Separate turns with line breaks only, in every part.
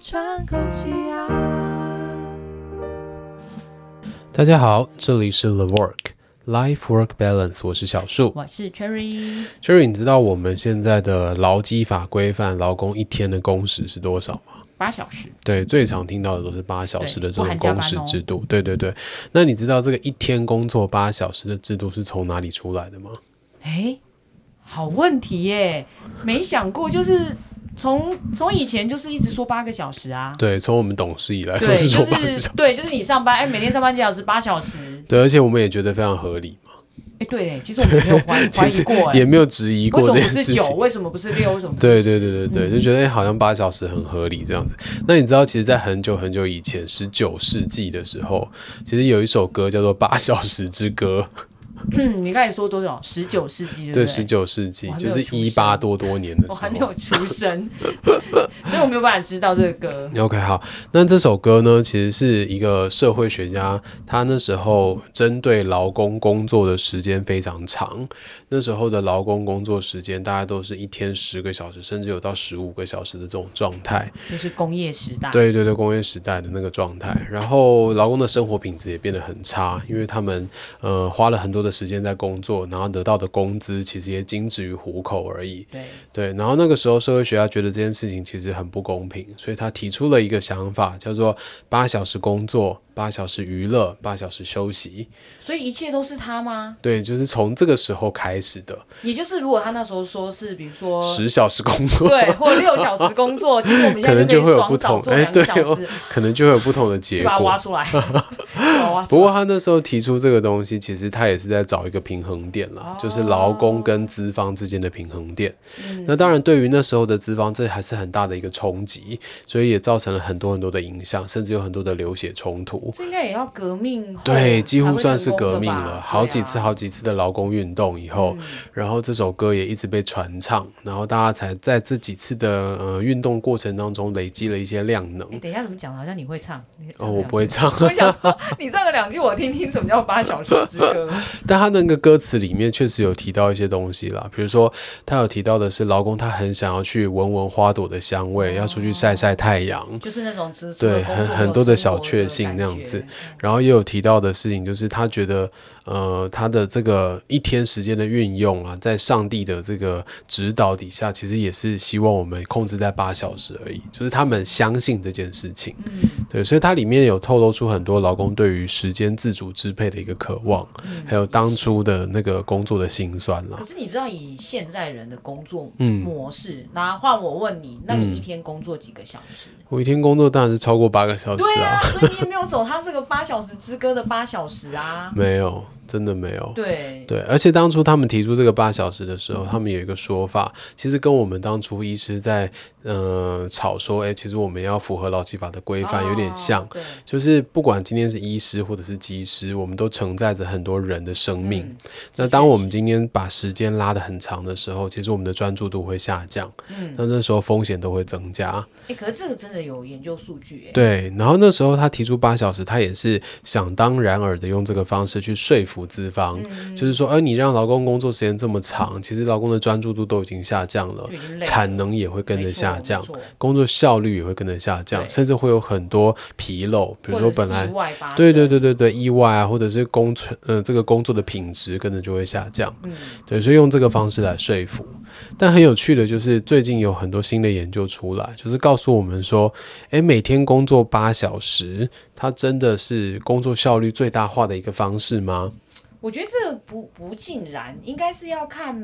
喘口气啊！
大家好，这里是 The Work Life Work Balance，我是小树。
我是 Cherry，
Cherry，你知道我们现在的劳基法规范劳工一天的工时是多少吗？
八小时，
对，最常听到的都是八小时的这
对不
种
含加
工
班
时
哦
制度。对对对，那你知道这个一天工作八小时的制度是从哪里出来的吗？
哎，好问题耶，没想过，就是从从以前就是一直说八个小时啊，
对，从我们懂事以来
对，
都是
就
说八个
是
小时。
对，就是你上班，哎，每天上班几小时，八小时，
对，而且我们也觉得非常合理嘛，
哎，对耶，其实我们没有 怀怀疑过，
也
哎，
没有质疑
为
过
什么
这
不
件
是
事
九？
情。
为什么不是六？为什么不是
对
十
对对对对，
嗯
就觉得、哎好像八小时很合理这样子。那你知道，其实，在很久很久以前，十九世纪的时候，其实有一首歌叫做《八小时之歌》。
嗯，你刚才说多少？十九世纪
对，
对不
十
对？
九世纪
我还没
就
有
是
出
一
生
八多多年的
我
时
还没
候。
有出生， 所以我没有办法知道这个歌。
OK，好，那这首歌呢，其实是一个社会学家，他那时候针对劳工工作的时间非常长，那时候的劳工工作时间大概都是一天十个小时，甚至有到十五个小时的这种状态。
就是工业时代，
对对对，工业时代的那个状态，然后劳工的生活品质也变得很差，因为他们呃花了很多的时间在工作，然后得到的工资其实也仅止于糊口而已。
对，
对，然后那个时候社会学家觉得这件事情其实很不公平，所以他提出了一个想法，叫做八小时工作、八小时娱乐、八小时休息。
所以一切都是他吗？
对，就是从这个时候开始的
也就是如果他那时候说是，比如说
十小时工作。
对，或六小时工作，其实我们
可能
现在
就会
可以
有不
爽
同
早，做
哎，
两个
对
小
哦
时，，
可能就会有不同的结
就
果。
把它 挖出来。把它挖出
不
来
过他那时候提出这个东西，其实他也是在找一个平衡点
哦
啦，就是劳工跟资方之间的平衡点。
嗯
那当然，对于那时候的资方，这还是很大的一个冲击，所以也造成了很多很多的影响，甚至有很多的流血冲突。
这应该也要革命后
对，几乎算是
才会成功
革
的
命
吧
了，好几次、
对啊嗯
好几次的劳工运动以后，然后这首歌也一直被传唱，然后大家才在这几次的呃运动过程当中累积了一些量能
哎，。等一下怎么讲的？好像你会唱。你
哦，
唱
我
两
不会唱。
句。我想说，你唱了两句，我听听什么叫八小时 之歌。
但他那个歌词里面确实有提到一些东西啦，比如说他有提到的是劳工他很想要去闻闻花朵的香味，要出去晒晒太阳，
就是那种只
对很很多的小确幸
那
那样子。然后也有提到的事情就是他觉得呃他的这个一天时间的运用啊，在上帝的这个指导底下，其实也是希望我们控制在八小时而已，就是他们相信这件事情，对，所以它里面有透露出很多劳工对于时间自主支配的一个渴望。还有当初的那个工作的辛酸啦
可。是你知道，以现在人的工作
嗯
模式，那换我问你，那你一天工作几个小时？
我一天工作当然是超过八个小时
对
啊，。
啊，所以你也没有走他这个八小时之歌的八小时啊
没有，真的没有。
对，
对，而且当初他们提出这个八小时的时候，他们有一个说法，其实跟我们当初医师在呃吵说，哎、其实我们要符合劳基法的规范有点像
哦，对，
就是不管今天是医师或者是技师，我们都承载着很多人的生命。
嗯
那
的确
当我们
是
今天把时间拉得很长的时候，其实我们的专注度会下降，
嗯
那那时候风险都会增加。
哎，可是这个真的有研究数据哎。
对，然后那时候他提出八小时，他也是想当然尔的用这个方式去说服资方，
嗯
就是说，呃，你让劳工工作时间这么长，其实劳工的专注度都已经下降了
就已经累，了
产能也会跟着
没错
下降
没错，
工作效率也会跟着下降，
对
甚至会有很多纰漏，比如
或
说
者是
本来
意外发生，
对对对对对，意外啊，或者是工存呃这个工作的品质跟着就会下降，
嗯
对，所以用这个方式来说服。但很有趣的就是，最近有很多新的研究出来，就是告诉我们说，诶，每天工作八小时，它真的是工作效率最大化的一个方式吗？
我觉得这个不不尽然，应该是要看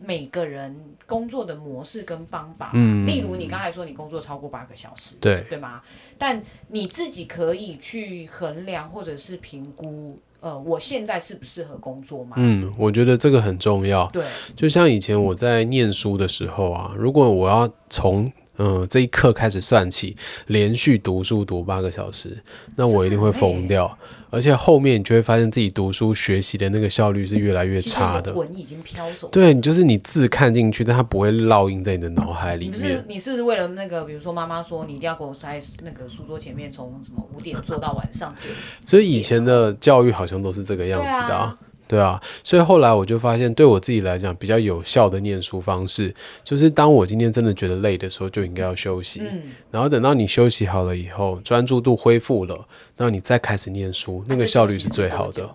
每个人工作的模式跟方法。嗯，例如你刚才说你工作超过八个小时，
对
对吗？但你自己可以去衡量或者是评估，呃，我现在适不适合工作嘛？
嗯，我觉得这个很重要。
对，
就像以前我在念书的时候啊，如果我要从嗯、这一刻开始算起，连续读书读八个小时，那我一定会疯掉。而且后面你就会发现自己读书学习的那个效率是越来越
其实
差
你
的。
魂已经飘走了。
对你就是你字看进去，但它不会烙印在你的脑海里
你不是
面。
你是不是为了那个，比如说妈妈说你一定要给我在那个书桌前面从什么五点做到晚上九点？
所以以前的教育好像都是这个样子的、
对啊
对啊，所以后来我就发现，对我自己来讲，比较有效的念书方式，就是当我今天真的觉得累的时候，就应该要休息。
嗯，
然后等到你休息好了以后，专注度恢复了，然后你再开始念书，那
啊
个效率是最好的。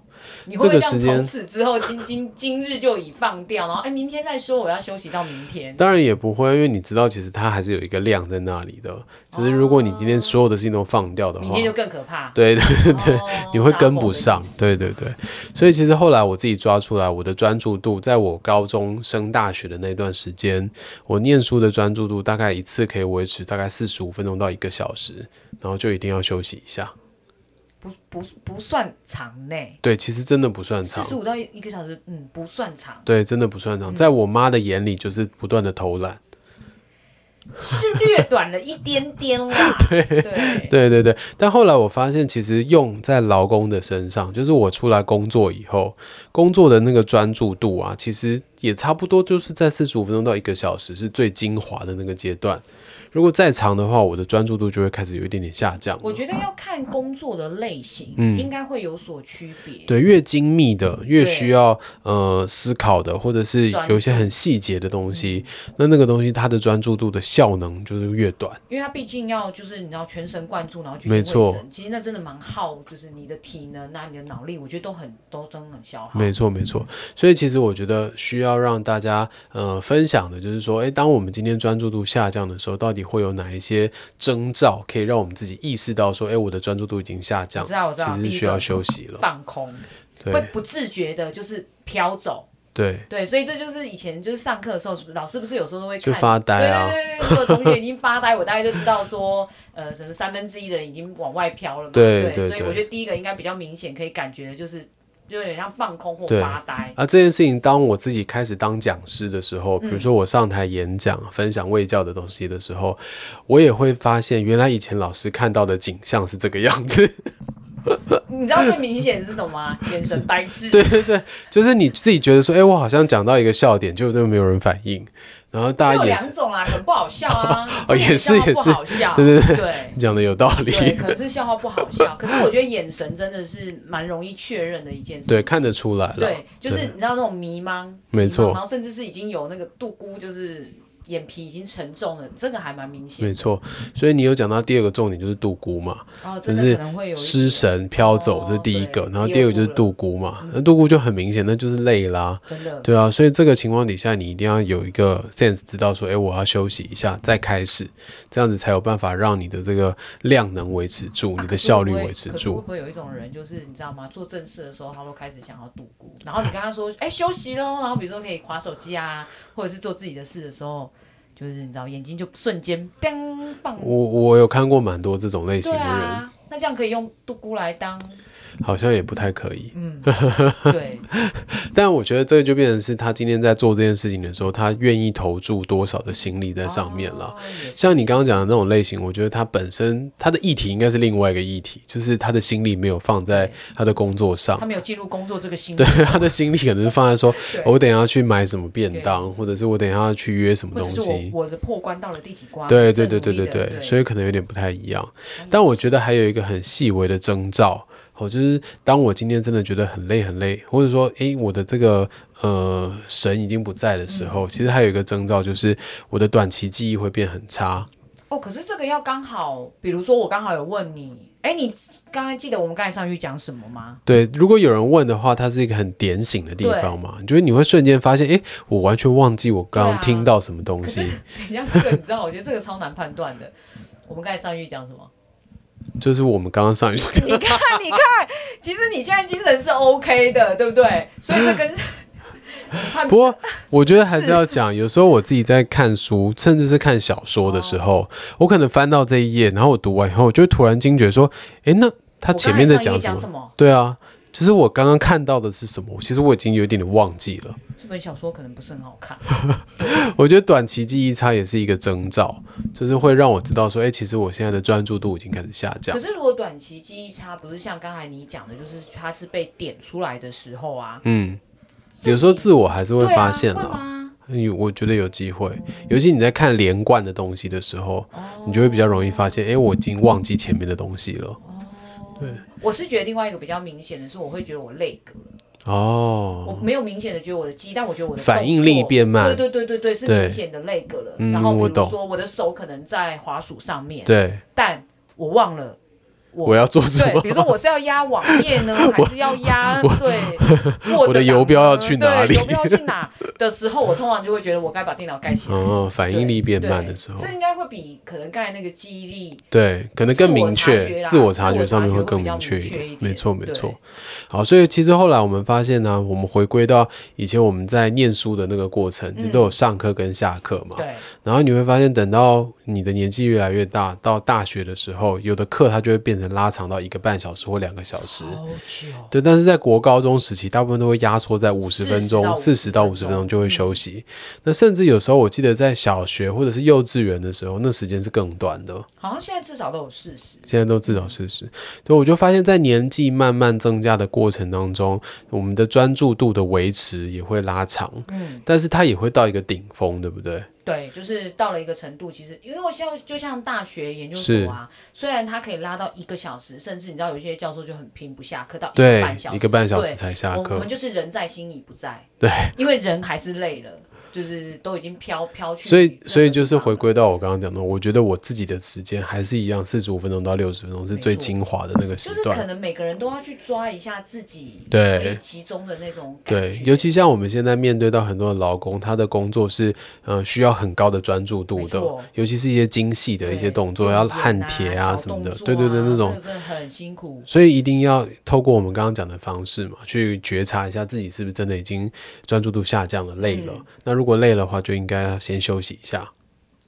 你会
这
不会
个
这
时间
样从此之后今今今日就已放掉，然后哎明天再说，我要休息到明天。
当然也不会，因为你知道，其实它还是有一个量在那里的。就是如果你今天所有的事情都放掉的话，
明天就更可怕，
对对对 对，
哦
你会跟不上。对对对，所以其实后来我自己抓出来，我的专注度，在我高中升大学的那段时间，我念书的专注度大概一次可以维持大概四十五分钟到一个小时，然后就一定要休息一下。
不不不算长内，
对，其实真的不算
四
长
十。五到一个小时，嗯，不算长，
对，真的不算长，在我妈的眼里就是不断的偷懒。
是略短了一点点啦。对对，
对对对，但后来我发现，其实用在劳工的身上，就是我出来工作以后，工作的那个专注度啊，其实也差不多就是在四十五分钟到一个小时是最精华的那个阶段。如果再长的话，我的专注度就会开始有一点点下降了。
我觉得要看工作的类型，
嗯
应该会有所区别。
对，越精密的，越需
对
要呃思考的，或者是
专
有一些很细节的东西，那那个东西它的专注度的效能就是越短。
因为他毕竟要就是你知道全神贯注，然后去
没错
其实那真的蛮耗，就是你的体能啊、你的脑力，我觉得都很都都很消耗。
没错，没错。所以其实我觉得需要让大家呃分享的，就是说，诶，当我们今天专注度下降的时候，到底会有哪一些征兆可以让我们自己意识到说，诶，我的专注度已经下降
我知道我知道
了，其实
第
是
一
需要
个
休息了。
放空会
对
不自觉的，就是飘走，
对，
对，所以这就是以前就是上课的时候，老师不是有时候都会
就
看
发呆啊。
对对对，如果同学已经发呆，我大概就知道说，呃，什么三分之一的人已经往外飘了嘛。
对
对
对
所以
对
我觉得第一个应该比较明显，可以感觉的就是，就有点像放空或
对
发呆。
啊，这件事情，当我自己开始当讲师的时候，比如
嗯
说我上台演讲、分享卫教的东西的时候，我也会发现，原来以前老师看到的景象是这个样子。
你知道最明显的是什么 吗？眼神呆滞。
对对对，就是你自己觉得说，哎、我好像讲到一个笑点，就都没有人反应，然后大
就
家
有
也是，
两种啦，可能不好笑啊
哦也是
笑话
也是
不好笑，
对对
对
讲的有道理，
对，可能是笑话不好笑。可是我觉得眼神真的是蛮容易确认的一件事。
对，看得出来了，
对，就是你知道那种迷茫，
没
迷
错
茫然后甚至是已经有那个度孤，就是眼皮已经沉重了，这个还蛮明显
没。错。所以你有讲到第二个重点就是度孤嘛，
然后
就
哦真的
是
可能会有一
失
些，
神飘走，
哦
这是第一个，
对
然后第二个就是度孤嘛，那度孤就很明显，那就是累啦。
真的
对啊，所以这个情况底下，你一定要有一个 sense，知道说，哎，我要休息一下，再开始，这样子才有办法让你的这个量能维持住，
啊
你的效率维持
可是会
住。
不会有一种人，就是你知道吗？做正事的时候，他都开始想要度孤，然后你跟他说，哎、休息喽，然后比如说可以划手机啊，或者是做自己的事的时候，就是你知道眼睛就瞬间噔放。
我我有看过蛮多这种类型
对
的人，
啊，那这样可以用度孤来 当，
好像也不太可以。
嗯，对，
但我觉得这个就变成是他今天在做这件事情的时候，他愿意投注多少的心力在上面了。
哦也是
像你刚刚讲的那种类型，我觉得他本身他的议题应该是另外一个议题，就是他的心力没有放在他的工作上
他，没有进入工作这个心 理
对，他的心力可能是放在说，
对
我等一下要去买什么便当，或者是我等一下要去约什么
或
东
者是
西。
我我的破关到了第几关？
对对
正
对对
努力
对
的
对，所以可能有点不太一样。
对
但我觉得还有一个很细微的征兆，哦，就是当我今天真的觉得很累很累，或者说，诶，我的这个呃神已经不在的
嗯
时候，其实还有一个征兆就是我的短期记忆会变很差。
哦，可是这个要刚好，比如说我刚好有问你，哎，你刚才记得我们刚才上去讲什么吗？
对，如果有人问的话，它是一个很点醒的地
对
方嘛，你觉得你会瞬间发现，诶，我完全忘记我刚
对
刚
啊
听到什么东
可
西，
是等一下，这个你知道，我觉得这个超难判断的。我们刚才上去讲什么？
就是我们刚刚上一次。
你看，你看，其实你现在精神是 OK 的，对不对？所以这 跟 判
不过，我觉得还是要讲，有时候我自己在看书，甚至是看小说的时候，
哦
我可能翻到这一页，然后我读完以后，我就会突然惊觉说，诶，那他
我
前
刚
面
才
在讲
上一
什
讲
么
什？么？
对啊，就是我刚刚看到的是什么，其实我已经有一点点忘记了。
这本小说可能不是很好看。
我觉得短期记忆差也是一个征兆，就是会让我知道说，诶，其实我现在的专注度已经开始下降
可。是如果短期记忆差，不是像刚才你讲的，就是它是被点出来的时候啊，
嗯，有时候自我还是会
对
发现
啊会
啦。
吗？
有，我觉得有机会，尤其你在看连贯的东西的时候，
哦
你就会比较容易发现，诶，我已经忘记前面的东西了。
我是觉得另外一个比较明显的是，我会觉得我累个了，我
哦，
没有明显的觉得我的肌，但我觉得我的
反应
动作
力变慢
对对对对对，是
对
明显的累个了。
嗯
然后
我
比如
懂
说我的手可能在滑鼠上面，
对，
但我忘了我
我要做什
对，
么
比？如说我是要压网 页呢，还是要压对 Word
我的游
档
标要
呢
去
对
哪里
游标要去哪的时候，我通常就会觉得我该把电脑盖起来。
哦，反应力变
对
慢的时候
这，应该会比可能刚才那个记忆力
对，可能更明确，
自
自
我
我
察
察
觉啦
觉上面
自我
会
察觉会
更
比较
明确一
明确一
点
点。
没错，没
对
错。好，所以其实后来我们发现呢、我们回归到以前我们在念书的那个过程，
嗯
就都有上课跟下课嘛。
对
然后你会发现，等到你的年纪越来越大，到大学的时候，有的课它就会变成拉长到一个半小时或两个小时。
好久。
对，但是在国高中时期，大部分都会压缩在五十分钟，四
40
十
到嗯
到
50
五十分钟就会休息。那甚至有时候，我记得在小学或者是幼稚园的时候，那时间是更短的。
好像现在至少都有四十，
现在都至少四十，对，我就发现，在年纪慢慢增加的过程当中，我们的专注度的维持也会拉长，
嗯，
但是它也会到一个顶峰，对不对？
对，就是到了一个程度，其实因为我现在就像大学研究所啊，虽然它可以拉到一个小时，甚至你知道有一些教授就很拼不下课到一个
对
半小，时，
一个半小时
对
才下
我我
课
们，就是人在心已不在，
对，
因为人还是累了，就是都已经飘飘去那
所
个地
以
方了，
所以就是回归到我刚刚讲的，我觉得我自己的时间还是一样，四十五分钟到六十分钟是最
没错
精华的那个时
就是
段
可。能每个人都要去抓一下自己
对
可以集中的那种感
对
觉，
尤其像我们现在面对到很多的劳工，他的工作是呃需要很高的专注度
没
的
错，
尤其是一些精细的一些
对
动作，
用
要
眼
焊铁
啊
啊
小
什么的，
动作
对对对，
啊
那种
个真的很辛苦。
所以一定要透过我们刚刚讲的方式嘛，去觉察一下自己是不是真的已经专注度下降了，累
嗯
了。那如果累了的话，就应该要先休息一下。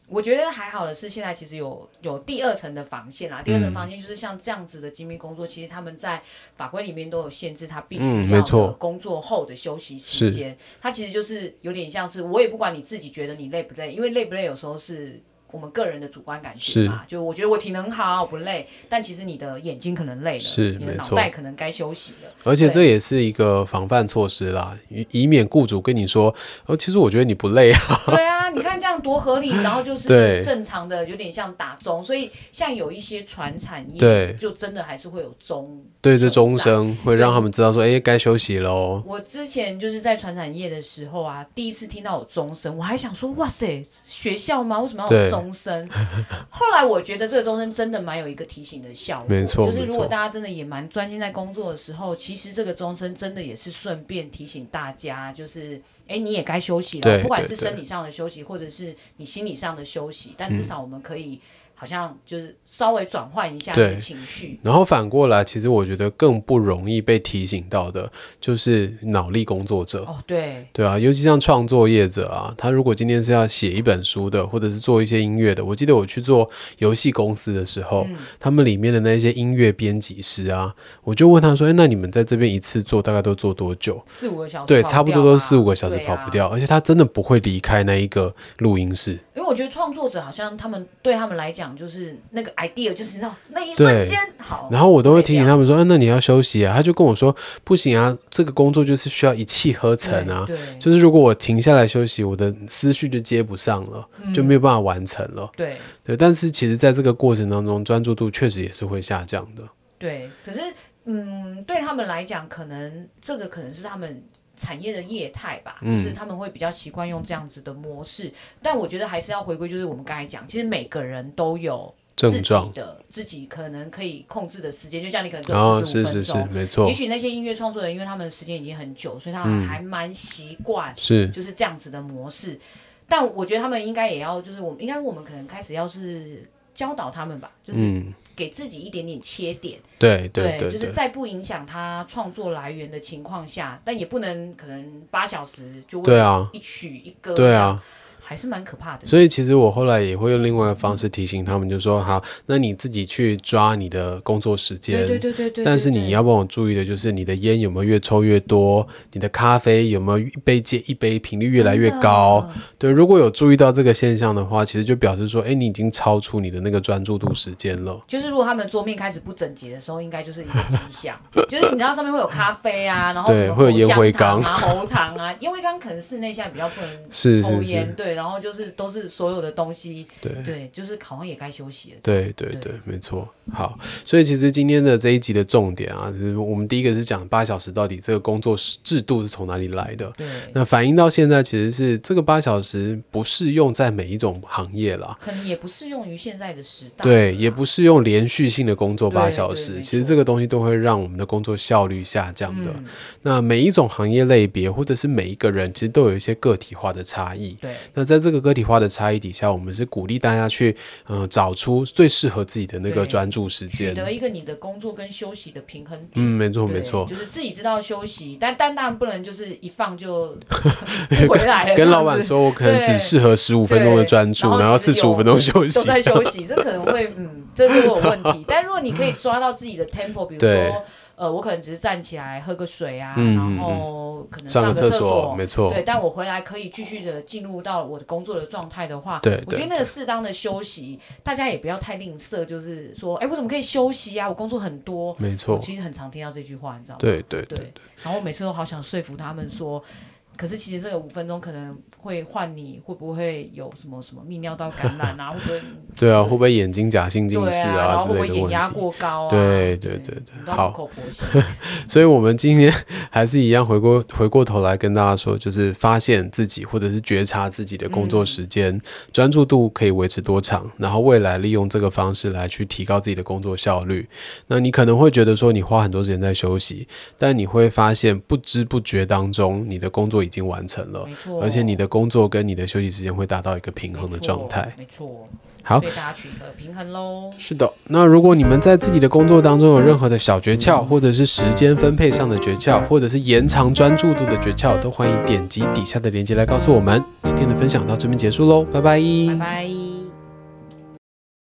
我觉得还好的是，现在其实有有第二层的防线啦。
嗯
第二层防线就是像这样子的精密工作，其实他们在法规里面都有限制，他必
嗯
须
没
要
错
的工作后的休息时间。它其实就是有点像是，我也不管你自己觉得你累不累，因为累不累有时候是。我们个人的主观感觉嘛，就我觉得我体能好，我不累，但其实你的眼睛可能累了，
是
你的
没
脑
错
袋可能该休息了。
而且
对
这也是一个防范措施啦，以以免雇主跟你说，哦，其实我觉得你不累啊。
对啊，你看这样多合理，然后就
对
是正常的，有点像打钟，所以像有一些船产业，
对
就真的还是会有钟。
对，这
钟
终
声。
身会让他们知道说，哎，该休息喽。
我之前就是在船产业的时候啊，第一次听到有钟声，我还想说，哇塞，学校吗？为什么要
对
有钟声？ 后来我觉得这个钟声真的蛮有一个提醒的效果，
没错
就是如果
没错
大家真的也蛮专心在工作的时候，其实这个钟声真的也是顺便提醒大家，就是哎，你也该休息了，
对
不管
对
是
对
身体上的休息，或者是你心理上的休息，但至少我们可以好像就是稍微转换一下你
对
的情绪。
然后反过来，其实我觉得更不容易被提醒到的，就是脑力工作者。
哦，对，
对啊，尤其像创作业者啊，他如果今天是要写一本书的，或者是做一些音乐的，我记得我去做游戏公司的时候，
嗯
他们里面的那些音乐编辑师啊，我就问他说：“哎，那你们在这边一次做大概都做多久
四五个小时、？”
对，差不多都四五个小时
对
跑
啊
不掉，而且他真的不会离开那一个录音室。
因为我觉得创作者好像他们对他们来讲，就是那个 idea，就是你知道那一瞬间好，
然后我都会
对
提醒
啊
他们说：“哎，那你要休息啊。”他就跟我说：“不行啊，这个工作就是需要一气呵成啊。”
对对
就是如果我停下来休息，我的思绪就接不上了，就
嗯
没有办法完成了。
对
对，但是其实在这个过程当中，专注度确实也是会下降的。
对，可是嗯，对他们来讲，可能这个可能是他们。产业的业态吧，就是他们会比较习惯用这样子的模式，但我觉得还是要回归，就是我们刚才讲，其实每个人都有自
症
己
状，
的自己可能可以控制的时间，就像你可能只
然后
有四
是
十五
是是
分钟，，
没错
也，许那些音乐创作人，因为他们的时间已经很久，所以他
嗯
还蛮习惯
是
就是这样子的模式。但我觉得他们应该也要，就是我们应该我们可能开始要是教导他们吧，就是
嗯，
给自己一点点切点，
对对
对，
对
就是
对，
在不影响他创作来源的情况下，但也不能可能八小时就为
对
了
啊，
一曲一歌，
对，啊。
还是蛮可怕的。
所以其实我后来也会用另外一个方式提醒他们，就说好，那你自己去抓你的工作时间，
对对对对对，
但是
对
你。要帮我注意的就是你的烟有没有越抽越多，你的咖啡有没有一杯接一杯，频率越来越高。对，如果有注意到这个现象的话，其实就表示说，哎，你已经超出你的那个专注度时间了。
就是如果他们的桌面开始不整洁的时候， 应该就是一个迹象，就是你知道上面会有咖啡啊，然后
对
什么
会有烟灰
口香糖啊、喉糖啊，因为刚刚可能室内现在比较不能
是是
抽烟，
是
对，然后就是都是所有的东西，
对。
对，就是好像也该休息了。
对对对，没错。好，所以其实今天的这一集的重点啊，就是我们第一个是讲八小时到底这个工作是制度是从哪里来的。
对，
那反映到现在，其实是这个八小时不适用在每一种行业啦。
可能也不适用于现在的时代。
对，也不适用连续性的工作八
对
小
对
时，
没
其实
错
这个东西都会让我们的工作效率下降的。
嗯，
那每一种行业类别，或者是每一个人，其实都有一些个体化的差异。
对，
那在这个个体化的差异底下，我们是鼓励大家去，呃，找出最适合自己的那个
对
专注时
取
间。
得一个你的工作跟休息的平衡点。
嗯，没错，
对
没错。
就是自己知道休息，但但当然不能就是一放 就不回来了，
跟
这样
老板
子
说，我可能只
对
适合十五分钟的
对
专注，
然后
然后
其实
四十五
有
分钟休
都
息。
在休息，这可能会嗯，这就会有问 题。但如果你可以抓到自己的 tempo，比如
对
说呃，我可能只是站起来喝个水啊，
嗯嗯嗯
然后可能
上
个
厕
所。
没错
对，，但我回来可以继续的进入到我的工作的状态的话，
对
我觉得那个适当的休息，大家也不要太吝啬，就是说，哎，我怎么可以休息啊？我工作很多，
没
我
错，
其实很常听到这句话，你知道吗？
对对对
对，然后我每次都好想说服他们说，可是其实这个五分钟可能会换你会不会有什么什么泌尿道感染啊，会不会
对啊，会不会眼睛假性近
对
视
啊，然后
之
会不
类
会
的问
眼压
题？
过高啊？
对对对对
我们都要
好
苦口婆心。
所以，我们今天 还是一样回过回过头来跟大家说，就是发现自己或者是觉察自己的工作
嗯
时间，专、注度可以维持多长，然后未来利用这个方式来去提高自己的工作效率。那你可能会觉得说你花很多时间在休息，但你会发现不知不觉当中，你的工作已经完成了。
没错，
而且你的工作跟你的休息时间会达到一个平衡的状态。
没错，
好
所以大家取得平衡喽。
是的，那如果你们在自己的工作当中有任何的小诀窍，或者是时间分配上的诀窍，或者是延长专注度的诀窍，都欢迎点击底下的链接来告诉我们。今天的分享到这边结束喽，拜拜
拜拜。